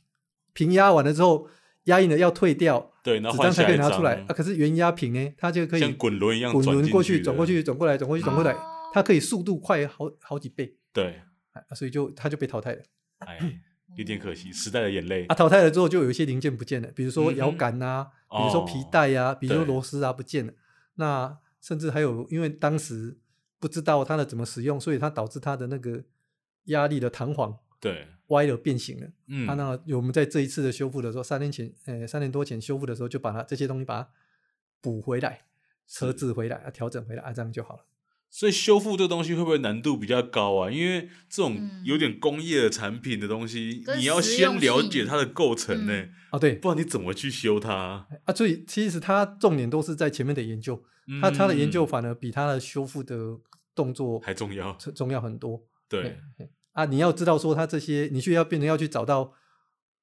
S3: 平压完了之后，压印的要退掉，
S1: 对，然
S3: 纸
S1: 后
S3: 张
S1: 换
S3: 才
S1: 下
S3: 可以
S1: 一
S3: 拿
S1: 张，嗯
S3: 出来啊。可是原压屏呢，它就可以
S1: 像滚轮一样
S3: 滚轮
S1: 进
S3: 过
S1: 去，
S3: 转过，去，转过来，转过去，转过来，
S2: 哦
S3: 它可以速度快好好几倍，
S1: 对，
S3: 啊所以就它就被淘汰了。
S1: 哎，有点可
S2: 哦
S1: 惜，时代的眼泪
S3: 啊，，淘汰了之后就有一些零件不见了，比如说摇
S1: 嗯哼
S3: 杆啊，
S1: 哦
S3: 比如说皮带啊，比如说
S1: 对
S3: 螺丝啊不见了。那甚至还有，因为当时不知道它的怎么使用，所以它导致它的那个压力的弹簧
S1: 对，
S3: 歪了变形了。
S1: 嗯
S3: 啊，，那我们在这一次的修复的时候，三年前，呃，三年多前修复的时候，就把它这些东西把它补回来，车
S1: 是
S3: 制回来，啊，调整回来，啊，这样就好了。
S1: 所以修复这东西会不会难度比较高啊？因为这种
S2: 嗯
S1: 有点工业的产品的东西，
S2: 跟
S1: 你要
S2: 实
S1: 先
S2: 用
S1: 了
S2: 性
S1: 解它的构成呢、
S2: 嗯
S3: 啊，对
S1: 不然你怎么去修它？
S3: 啊，所以其实它重点都是在前面的研究，它它的研究反而比它的修复的动作
S1: 嗯还重要。
S3: 重重要很多。
S1: 对，
S3: 嘿，嘿啊，你要知道说它这些，你去要变成要去找到。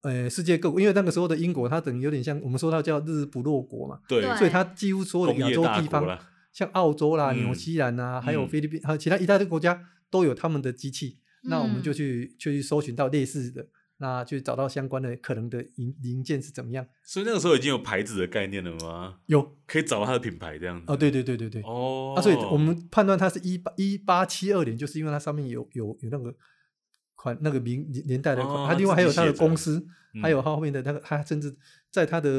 S3: 呃，世界各国，因为那个时候的英国，它等于有点像我们说到叫日不落国嘛，
S1: 对，
S2: 对
S3: 所以它几乎所有
S1: 工
S3: 的亚
S1: 业
S3: 洲
S1: 大
S3: 地
S1: 国
S3: 方，
S1: 啦，
S3: 像澳洲啦、
S1: 嗯
S3: 纽西兰啊，还有
S1: 嗯
S3: 菲律宾，还有其他一大堆国家都有他们的机器。那我们
S2: 嗯
S3: 就去就去搜寻到类似的，那去找到相关的可能的零零件是怎么样？
S1: 所以那个时候已经有牌子的概念了吗？
S3: 有
S1: 可以找到它的品牌这样子。
S3: 哦，对对对对对。
S1: 哦，
S3: 啊，所以我们判断它是一八一八七二年，就是因为它上面有有有那个款那个明年年代的款，
S1: 哦
S3: 它另外
S1: 它
S3: 还
S1: 自己
S3: 有它的
S1: 写着
S3: 公司，
S1: 嗯
S3: 还有它后面的那个，它甚至在它的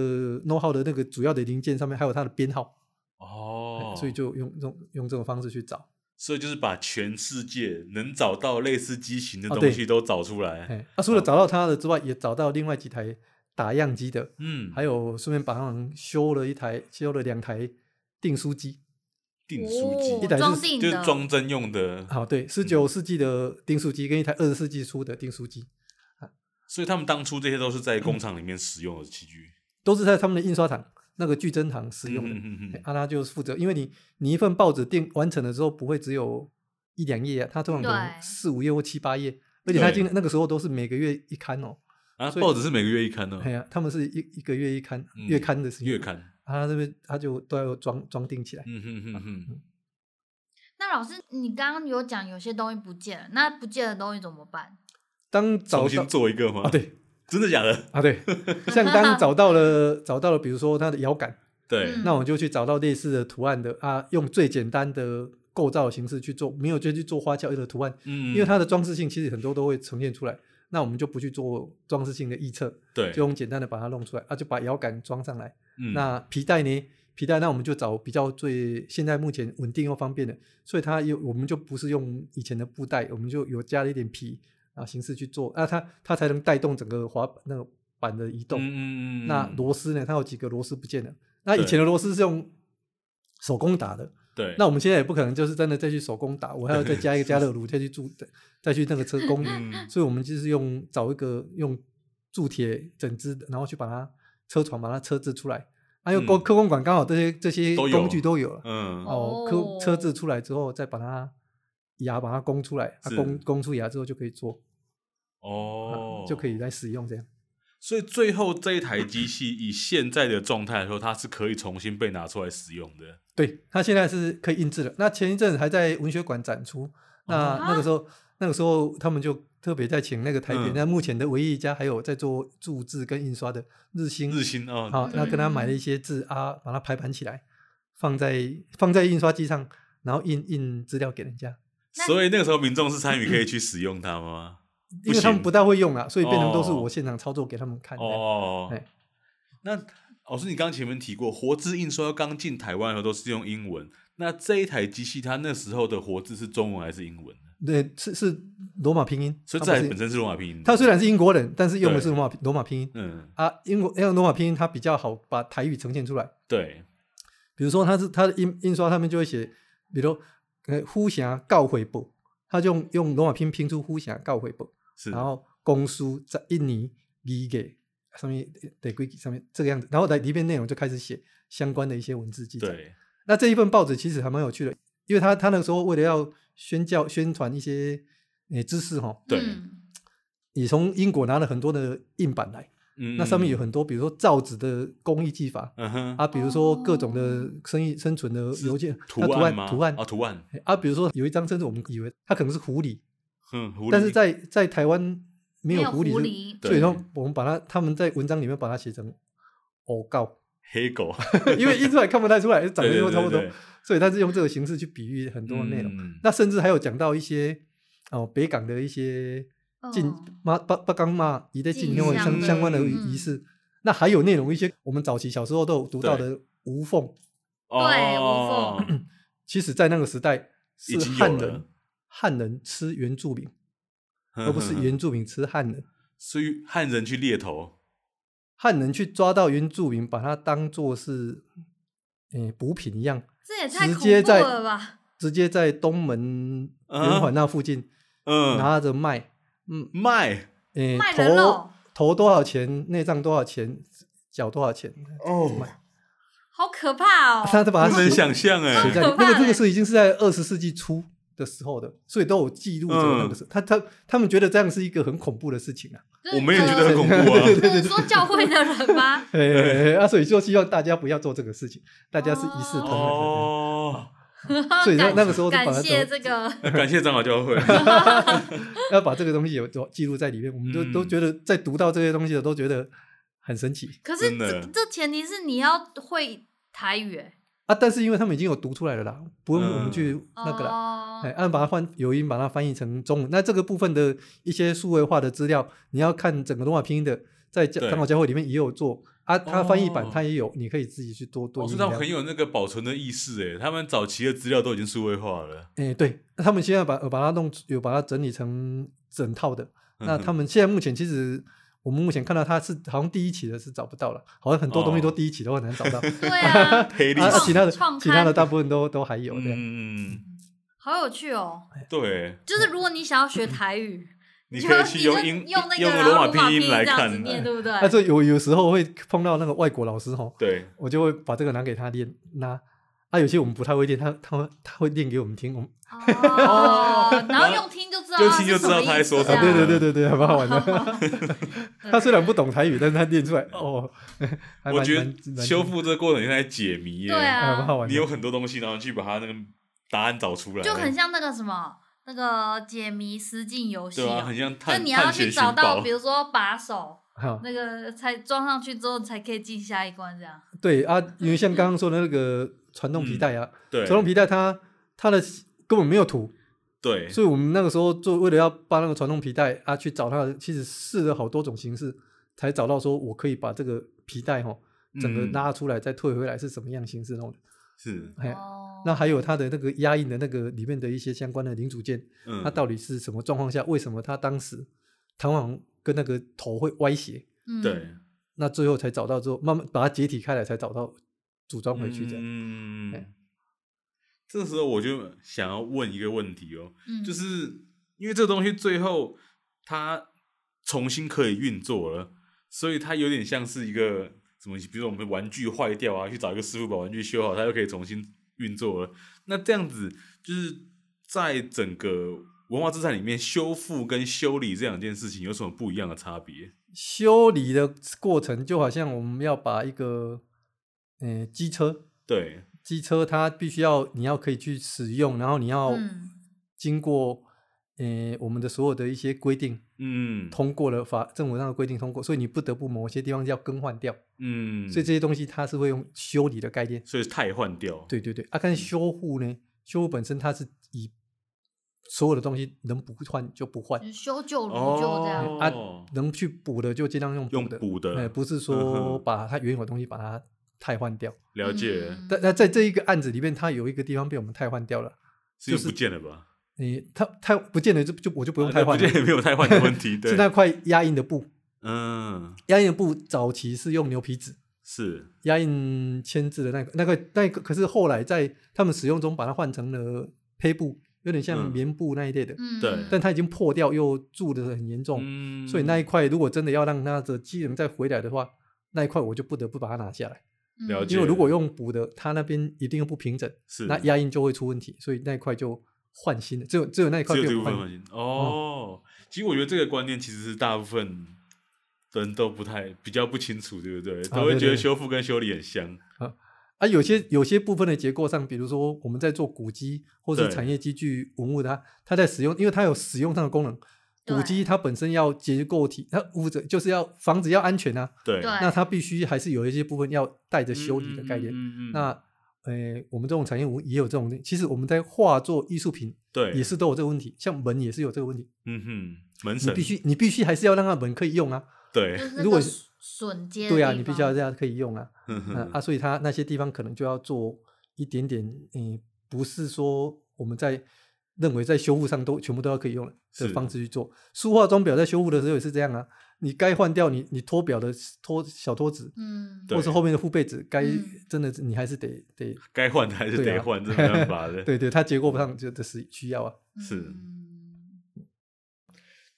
S3: know how 的那个主要的零件上面还有它的编号，
S1: 哦，
S3: 所以就用用用这种方式去找。
S1: 所以就是把全世界能找到类似机型的
S3: 哦
S1: 东
S3: 对
S1: 西都找出来。
S3: 哎，啊，除了找到它的之外，也找到另外几台打样机的，
S1: 嗯，
S3: 还有顺便把他们修了一台，修了两台订书机。
S1: 订书机、
S2: 哦
S3: 一台是
S2: 装订
S1: 就是
S2: 的
S1: 装帧用的，
S3: 好，对，十九世纪的订书机跟一台二十世纪初的订书机，
S1: 所以他们当初这些都是在工厂里面使用的器具。
S3: 都是在他们的印刷厂那个聚珍堂使用的。
S1: 嗯嗯嗯嗯
S3: 阿拉、就是负责，因为你你一份报纸订完成了之后，不会只有一两页啊，它通常有
S2: 对
S3: 四五页或七八页，而且它
S1: 对
S3: 今那个时候都是每个月一刊哦。
S1: 啊，
S3: 所以
S1: 报纸是每个月一刊呢
S3: 哎，呀、他们是一一个月一刊，
S1: 嗯
S3: 月刊的事情。
S1: 月刊。
S3: 啊，他这边他就都要装装订起来。
S1: 嗯哼哼
S3: 啊
S1: 哼，
S2: 那老师，你刚刚有讲有些东西不见了，那不见的东西怎么办？
S3: 当找
S1: 重
S3: 到
S1: 新做一个吗？
S3: 啊，，对
S1: 真的假的？
S3: 啊，对，像当找到了找到了，比如说它的摇杆，
S1: 对，
S2: 嗯
S3: 那我就去找到类似的图案的啊，用最简单的构造形式去做，没有就去做花俏的图案，
S1: 嗯，
S3: 因为它的装饰性其实很多都会呈现出来。那我们就不去做装饰性的臆测，
S1: 对，
S3: 就用简单的把它弄出来啊，就把摇杆装上来。
S1: 嗯
S3: 那皮带呢？皮带那我们就找比较最现在目前稳定又方便的，所以它有我们就不是用以前的布带，我们就有加了一点皮啊形式去做，那、它它才能带动整个滑板那个板的移动。
S1: 嗯嗯嗯，
S3: 那
S1: 嗯
S3: 螺丝呢？它有几个螺丝不见了。那以
S1: 对
S3: 前的螺丝是用手工打的，
S1: 对，
S3: 那我们现在也不可能就是真的再去手工打，我还要再加一个加热炉，再去铸，再再去那个车工艺。
S1: 嗯
S3: 所以我们就是用找一个用铸铁整只的，然后去把它车床把它车制出来。还有
S1: 嗯
S3: 工科工馆刚好这些这些
S1: 都有
S3: 工具都有了。
S1: 嗯，
S3: 哦，
S2: 哦
S3: 科车制出来之后，再把它牙把它工出来，啊、
S1: 是
S3: 工工出牙之后就可以做，啊
S1: 哦，
S3: 就可以。来使用这样。
S1: 所以最后这一台机器以现在的状态来说，它是可以重新被拿出来使用的。
S3: 对，它现在是可以印制的。那前一阵还在文学馆展出，那
S2: 哦
S3: 那个时候那个时候他们就特别在请那个台北
S1: 嗯
S3: 那目前的唯一一家还有在做注制跟印刷的日新
S1: 日新哦，
S3: 好，那跟他买了一些字啊，把它排版起来，放在放在印刷机上，然后印印资料给人家，
S2: 那
S1: 所以那个时候民众是参与可以去使用它吗？
S3: 因为他们
S1: 行
S3: 不大会用啊，所以变成都是
S1: 哦
S3: 我现场操作给他们看的。
S1: 哦
S3: 哎，
S1: 那老师，你刚前面提过，活字印刷刚进台湾的时候都是用英文。那这一台机器，它那时候的活字是中文还是英文呢？
S3: 对，是是罗马拼音，
S1: 所以
S3: 它
S1: 这台
S3: 不
S1: 本
S3: 是
S1: 身是罗马拼音的。
S3: 他虽然是英国人，但是用的
S1: 对
S3: 是罗马罗马拼音
S1: 嗯，
S3: 啊，英国因为罗马拼音它比较好把台语呈现出来，
S1: 对，
S3: 比如说它是它的印印刷上面就会写，比如呃呼霞告回报，它就用用罗马拼拼出呼霞告回报，
S1: 是，
S3: 然后公司在印尼理给呃上面得规矩上面这个样子，然后在里面内容就开始写相关的一些文字记载。
S1: 对，
S3: 那这一份报纸其实还蛮有趣的，因为他他那个时候为了要宣教宣传一些诶知识哈，
S1: 对
S2: 嗯
S3: 也从英国拿了很多的印版来，
S1: 嗯，
S3: 那上面有很多比如说造纸的工艺技法
S1: 嗯哼，
S3: 啊，比如说各种的
S2: 哦
S3: 生意生存的
S1: 是
S3: 邮件
S1: 图
S3: 那图
S1: 案
S3: 案
S1: 吗？
S3: 图案
S1: 啊，图案，
S3: 啊，比如说有一张甚至我们以为它可能是狐狸，
S1: 嗯，狐狸
S3: 但是在在台湾没有狐
S2: 狐
S3: 狸是，
S2: 狸，
S1: 对
S3: 所以说我们把它他们在文章里面把它写成偶告，
S1: 黑狗，
S3: 因为印出来看不太出来，长得
S1: 对
S3: 又
S1: 对
S3: 差不多
S1: 对，对
S3: 所以他是用这个形式去比喻很多的内容。
S1: 嗯
S3: 那甚至还有讲到一些哦，北港的一些进
S2: 嗯
S3: 妈八八港妈一类进
S2: 进
S3: 用
S2: 香
S3: 相
S2: 的
S3: 相关的
S2: 嗯
S3: 仪式。那还有内容一些我们早期小时候都有读到
S1: 对
S3: 的无缝，
S2: 对
S1: 哦
S2: 无缝
S3: 其实在那个时代
S1: 已
S3: 是
S1: 经有
S3: 汉
S1: 了嗯
S3: 人汉人吃原住民，而不是
S1: 哼哼哼
S3: 原住民吃汉人。
S1: 所以汉人去猎头，
S3: 汉人去抓到原住民，把它当做是，诶、补品一样，
S2: 这也太
S3: 直
S2: 恐
S3: 接
S2: 怖
S3: 在
S2: 了吧！
S3: 直接在东门
S1: 啊
S3: 圆环那附近、
S1: 嗯，
S3: 拿着卖，嗯，
S1: 卖
S3: 诶、
S2: 卖人
S3: 投
S2: 肉
S3: 投多少钱，内脏多少钱，脚多少钱，
S1: 哦，
S2: 好可怕哦！
S3: 他就把
S1: 不
S3: 它
S1: 能
S3: 写
S1: 想象哎，
S3: 写在
S2: 好
S3: 里
S2: 可怕
S3: 那个这
S2: 欸
S3: 个是已经是在二十世纪初的时候的，所以都有记录着那个
S1: 嗯
S3: 时候。他他他们觉得这样是一个很恐怖的事情啊，
S2: 就是
S1: 我们也觉得很恐怖
S2: 呃
S1: 啊
S3: 对 对
S2: 你说教会的人 吗？
S3: 哎、欸，啊，所以就希望大家不要做这个事情，大家是一视同仁的。
S1: 哦，
S3: 所以那
S2: 感
S3: 那个时候就把
S2: 感
S3: 它
S2: 谢这 个，
S1: 感谢长老教会，
S3: 要把这个东西有有记录在里面，我们都、
S1: 嗯
S3: 都觉得在读到这些东西的都觉得很神奇
S2: 可是
S1: 真的
S2: 这这前提是你要会台语欸，
S3: 啊！但是因为他们已经有读出来了啦，不用
S1: 嗯
S3: 我们去那个啦，
S2: 哦
S3: 哎、，按、把它换有音把它翻译成中文。那这个部分的一些数位化的资料，你要看整个罗马拼音的，在教
S1: 对
S3: 长老教会里面也有做啊，它翻译版
S1: 哦
S3: 它也有，你可以自己去多多
S1: 我
S3: 音
S1: 知
S3: 量。
S1: 道很有那个保存的意识哎，他们早期的资料都已经数位化了，
S3: 哎、对，那他们现在把把它弄有把它整理成整套的。
S1: 嗯
S3: 那他们现在目前其实我们目前看到它是好像第一期的是找不到了，好像很多东西都
S1: 哦
S3: 第一期都很难找 到，
S2: 对啊，
S1: 黑历
S3: 啊，啊
S1: 史
S3: 其，他的
S2: 创
S3: 其他
S2: 刊
S3: 的大部分都都还有这样。
S1: 嗯，
S2: 好有趣哦！
S1: 对，
S2: 就是如果你想要学台语，
S1: 你
S2: 就
S1: 可以去
S2: 你
S1: 用
S2: 就
S1: 英
S2: 用那个
S1: 用
S2: 然后
S1: 罗马
S2: 马
S1: 拼音来
S2: 这样子
S1: 看，
S2: 念，对不对？
S3: 那啊这有有时候会碰到那个外国老师吼，
S1: 对，
S3: 我就会把这个拿给他练，那啊有些我们不太会练，他他会他会练给我们听，我们
S2: 哦，然后用听就知道，
S1: 就听就知道他在说什
S2: 什
S1: 么
S3: 啊
S2: 么
S3: 对
S2: 意思这
S3: 对
S2: 样。
S3: 对对对，还蛮好 玩的。他虽然不懂台语，但是他练出来哦， 还
S1: 我
S3: 蛮
S1: 觉
S3: 蛮
S1: 得
S3: 蛮
S1: 修复这个过程在解谜耶，
S2: 对
S3: 还蛮好
S2: 啊，
S3: 玩的。
S1: 你有很多东西，然后去把它那个答案找出来，
S2: 就很像那个什么那个解谜实境游戏
S1: 对啊，
S2: 哦，
S1: 很像
S2: 就
S1: 探
S2: 你要
S1: 探
S2: 去
S1: 险
S2: 找
S1: 寻
S2: 到，
S1: 宝
S2: 比，如说把手
S3: 好
S2: 那个才装上去之后，才可以进下一关这样。
S3: 对啊，因为像刚刚说的那个传动皮带啊，
S1: 嗯对，
S3: 传动皮带它它的根本没有图，
S1: 对，
S3: 所以我们那个时候做为了要把那个传动皮带啊去找它的，其实试了好多种形式，才找到说我可以把这个皮带哈整个
S1: 嗯
S3: 拉出来，再退回来是什么样形式弄的。
S1: 是，
S3: 哎，
S2: 哦，
S3: 那还有它的那个压印的那个里面的一些相关的零组件，
S1: 嗯，
S3: 它到底是什么状况下，为什么它当时弹簧跟那个头会歪斜？
S2: 嗯
S1: 对，
S3: 那最后才找到之后，慢慢把它解体开来，才找到组装回去这样。
S1: 嗯
S3: 哎，
S1: 这时候我就想要问一个问题哦，
S2: 嗯
S1: 就是因为这个东西最后它重新可以运作了，所以它有点像是一个什么，比如说我们玩具坏掉啊，去找一个师傅把玩具修好，它又可以重新运作了。那这样子就是在整个文化资产里面，修复跟修理这两件事情有什么不一样的差别？
S3: 修理的过程就好像我们要把一个，呃，机车，
S1: 对，
S3: 机车它必须要你要可以去使用，然后你要
S1: 哦
S2: 嗯
S3: 经过，呃，我们的所有的一些规定
S1: 嗯
S3: 通过了法政府上的规定通过，所以你不得不某些地方要更换掉，
S1: 嗯，
S3: 所以这些东西它是会用修理的概念。
S1: 所以太换掉，
S3: 对对对，啊，
S1: 嗯
S3: 但是修护呢，修护本身它是以所有的东西能不换就不换
S2: 就，是修旧如旧这样。
S1: 哦
S3: 啊，能去补的就尽量用
S1: 用
S3: 的，
S1: 补
S3: 哎、
S1: 的，
S3: 不是
S1: 嗯
S3: 说
S1: 哼
S3: 把它原有的东西把它汰换掉。
S1: 了解，
S2: 嗯
S3: 但那在这一个案子里面，它有一个地方被我们汰换掉了。
S1: 是因为不见了吧？
S3: 你它它不见得就就我就不用
S1: 啊
S3: 汰
S1: 那
S3: 换
S1: 不
S3: 了，
S1: 见 也没有太换 的问题，对
S3: 是，那块压印的布，
S1: 嗯，
S3: 压印的布早期是用牛皮纸，
S1: 是
S3: 压印签字的那个、那个、那个，可是后来在他们使用中把它换成了胚布，有点像
S1: 嗯
S3: 棉布那一类的，
S2: 嗯，
S1: 对
S3: 但它已经破掉又蛀的很严重，
S1: 嗯，
S3: 所以那一块如果真的要让它的机能再回来的话，那一块我就不得不把它拿下来，
S2: 嗯
S1: 了解
S3: 因为如果用补的，它那边一定不平整，
S1: 是
S3: 那压印就会出问题，所以那一块就换新的，只有只有那一块
S1: 只有这
S3: 没有
S1: 部分
S3: 换
S1: 关心哦。其实我觉得这个观念其实是大部分人都不太比较不清楚，对不对？
S3: 啊
S1: 都会
S3: 对
S1: 觉得
S3: 对
S1: 修复跟修理很像。
S3: 啊，有些有些部分的结构上，比如说我们在做古迹或是
S1: 对
S3: 产业机具文物的它，它在使用，因为它有使用上的功能。古
S2: 对
S3: 迹它本身要结构体，它屋子就是要房子要安全啊，
S1: 对，
S2: 对
S3: 那它必须还是有一些部分要带着修理的概念。
S1: 嗯嗯嗯嗯
S3: 那呃，我们这种产业文物也有这种，其实我们在画作艺术品
S1: 对
S3: 也，是都有这个问题，像门也是有这个问题，
S1: 嗯哼，门
S3: 你
S1: 神
S3: 必须你必须还是要让它门可以用啊，
S1: 对，
S2: 就是那
S3: 如果
S2: 个
S3: 是
S2: 榫接的
S3: 对啊，
S2: 地
S3: 你必须
S2: 方
S3: 要让它可以用啊，
S1: 嗯
S3: 嗯
S1: 哼
S3: 啊，所以它那些地方可能就要做一点点，嗯、不是说我们在认为在修复上都全部都要可以用的
S1: 是
S3: 方式去做。书画装裱在修复的时候也是这样啊，你该换掉你你脱表的脱小脱子，
S2: 嗯，
S1: 对
S3: 或是后面的护背纸，该
S2: 嗯
S3: 真的是你还是得 得，
S1: 该换的还是
S3: 对
S1: 得
S3: 啊
S1: 换，这没办法的。
S3: 对对，它结构上就的是需要啊。
S1: 是
S2: 嗯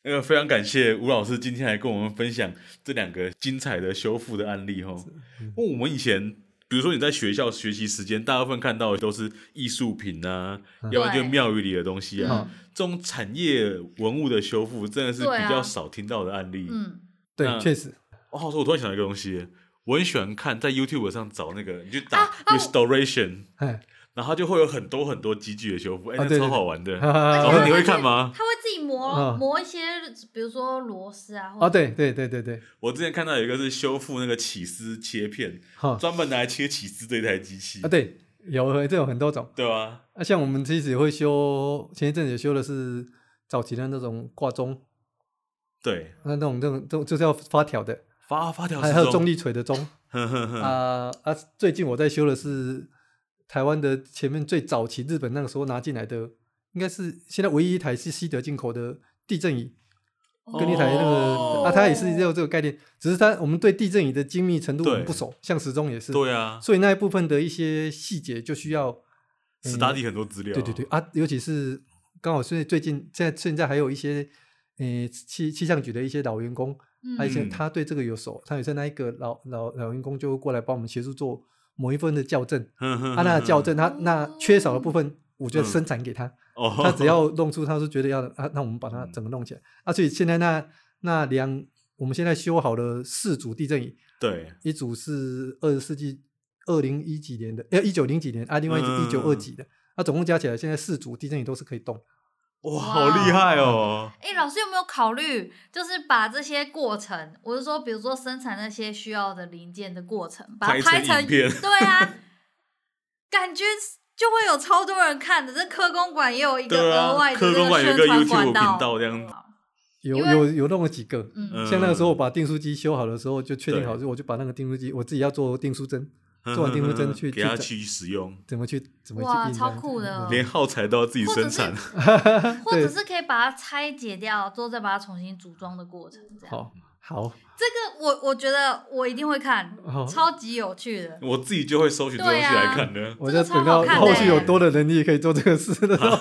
S1: 那呃个非常感谢吴老师今天来跟我们分享这两个精彩的修复的案例哈。
S3: 嗯
S1: 因为我们以前，比如说你在学校学习时间，大部分看到的都是艺术品啊，
S3: 嗯
S1: 要不然就
S2: 对
S1: 庙宇里的东西啊
S3: 嗯，
S1: 这种产业文物的修复真的是
S2: 对啊
S1: 比较少听到的案例。
S2: 嗯，
S3: 对，
S1: 嗯
S3: 确实，
S1: 哦，话说我突然想到一个东西，我很喜欢看在 YouTube 上找那个，你就打
S2: 啊啊我
S1: restoration，
S3: 哎，
S1: 然后它就会有很多很多机具的修复，哎，
S3: 啊
S1: 那
S3: 对
S1: 超
S3: 对
S1: 好玩的。
S3: 哈哈
S1: 老
S3: 哈
S1: 师
S3: 哈
S1: 你会看吗？
S2: 他会自己磨
S3: 嗯
S2: 磨一些，比如说螺丝啊，或 者
S3: 哦，对对对 对对，
S1: 我之前看到有一个是修复那个起司切片，
S3: 哈
S1: 专门拿来切起司这一台机器
S3: 啊，对，有这种很多种。
S1: 对吧？
S3: 啊，像我们其实也会修，前一阵子也修的是早期的那种挂钟，
S1: 对，
S3: 那那种那种就就是要发条的，
S1: 发发条
S3: 还
S1: 是
S3: 还有重力锤的钟
S1: 呵呵呵
S3: 啊啊！最近我在修的是台湾的前面最早期日本那个时候拿进来的，应该是现在唯一一台是西德进口的地震椅，跟一台那个、
S1: 哦
S3: 啊，它也是也有这个概念，只是它我们对地震椅的精密程度我们不
S1: 对
S3: 熟，像时钟也是，
S1: 对啊，
S3: 所以那一部分的一些细节就需要
S1: 史达利很多资料，
S3: 嗯对 对对，啊，尤其是刚好是最近现在现在还有一些呃气气象局的一些老员工，还有一些
S1: 嗯
S3: 他对这个有手，他有些那一个老老老员工就会过来帮我们协助做某一部分的校正，
S1: 呵呵呵，
S3: 啊，那校正他那缺少的部分。我就
S1: 嗯
S3: 生产给他，
S1: 哦，
S3: 他只要弄出他是觉得要的啊，那我们把
S1: 嗯
S3: 它整个弄起来、啊。所以现在那那两，我们现在修好了四组地震仪，
S1: 对
S3: 一组是二十世纪二零一几年的，呃，一九零几年啊，另外一组
S1: 嗯
S3: 一九二几的，那、总共加起来现在四组地震仪都是可以动。
S1: 哇，
S2: 哇
S1: 好厉害哦，
S2: 哎、老师有没有考虑，就是把这些过程，我是说，比如说生产那些需要的零件的过程，把它
S1: 拍
S2: 拍
S1: 成
S2: 成
S1: 影片
S2: 对啊，感觉就会有超多人看的。这科公馆也有一个
S1: 对啊
S2: 额外的
S1: 科
S2: 这
S1: 公馆有一
S2: 宣
S1: 个
S2: 传
S1: YouTube
S2: 管
S1: 频道这样子
S3: 有
S2: 因为
S3: 有有弄了几个，
S2: 嗯
S1: 嗯
S3: 像那个时候我把订书机修好的时候，就确定好，
S1: 对
S3: 就我就把那个订书机，我自己要做订书针，
S1: 呵呵呵
S3: 嗯做完订书针去嗯
S1: 给
S3: 去
S1: 他
S3: 找
S1: 去使用，
S3: 怎么去怎么去
S2: 哇
S3: 印
S2: 超
S3: 这样
S2: 酷
S3: 子
S2: 的
S1: 连耗材都要自己
S2: 或
S1: 生
S2: 者是
S1: 产，
S2: 或者
S3: 对
S2: 是可以把它拆解掉，之后再把它重新组装的过程，这样。
S3: 好好
S2: 这个我我觉得我一定会看，
S3: 好，
S2: 超级有趣的。
S1: 我自己就会搜寻这东西
S2: 对啊
S1: 来看的。
S3: 我
S2: 这个
S3: 就
S2: 超
S3: 等
S2: 好
S3: 到
S1: 的
S2: 看
S3: 后续有
S1: 欸
S3: 多的能力可以做这个事的时候，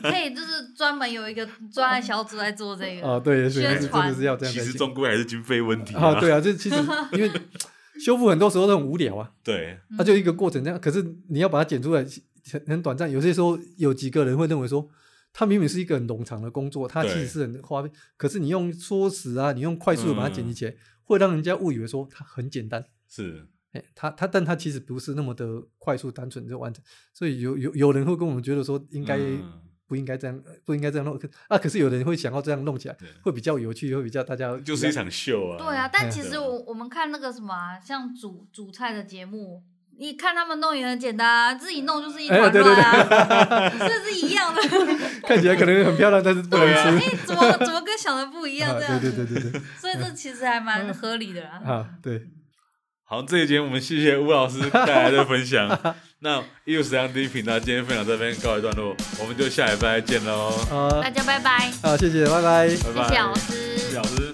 S2: 可以就是专门有一个专案小组来做这个。
S3: 哦，对，也许
S2: 宣
S3: 是真
S2: 传
S3: 的是 要这样
S1: 其
S3: 才
S1: 实
S3: 行
S1: 终归还是经费问题
S3: 啊，对啊，这其实因为 修复很多时候都很无聊啊，
S1: 对
S3: 它就一个过程这样。可是你要把它剪出来很很短暂，有些时候有几个人会认为说，它明明是一个很冗长的工作，它其
S1: 对
S3: 实是很花费，可是你用缩时啊，你用快速的把它剪辑起来，
S1: 嗯
S3: 会让人家误以为说它很简单。
S1: 是，
S3: 哎，它它，但它其实不是那么的快速单纯就完成，所以有有有人会跟我们觉得说应该
S1: 嗯
S3: 不应该这样，不应该这样弄可啊。可是有人会想要这样弄起来
S1: 对，
S3: 会比较有趣，会比较大家
S1: 就是一场秀啊。
S2: 对啊，但其
S1: 对
S2: 实
S1: 啊
S2: 我我们看那个什么、啊，像煮煮菜的节目，你看他们弄也很简单、啊，自己弄就是一团
S3: 哎对对
S2: 乱啊，这是一样的。
S3: 看起来可能很漂亮，但是不能
S2: 对啊，
S3: 吃。
S2: 哎，怎么怎么跟想的不
S1: 哎
S2: 一样
S3: 啊
S2: 这样？
S3: 对对对对对
S2: 所以这其实还蛮合理的 啦。
S3: 啊，对，
S1: 好，这一节我们谢谢吴老师带来的分享。那艺术史上第一频道今天分享这边告一段落，我们就下礼拜见喽，
S3: 啊
S2: 大家拜拜，
S3: 啊，谢谢，拜
S1: 拜
S3: 拜。
S2: 谢
S1: 拜。
S2: 谢老师，哦
S1: 谢谢老师。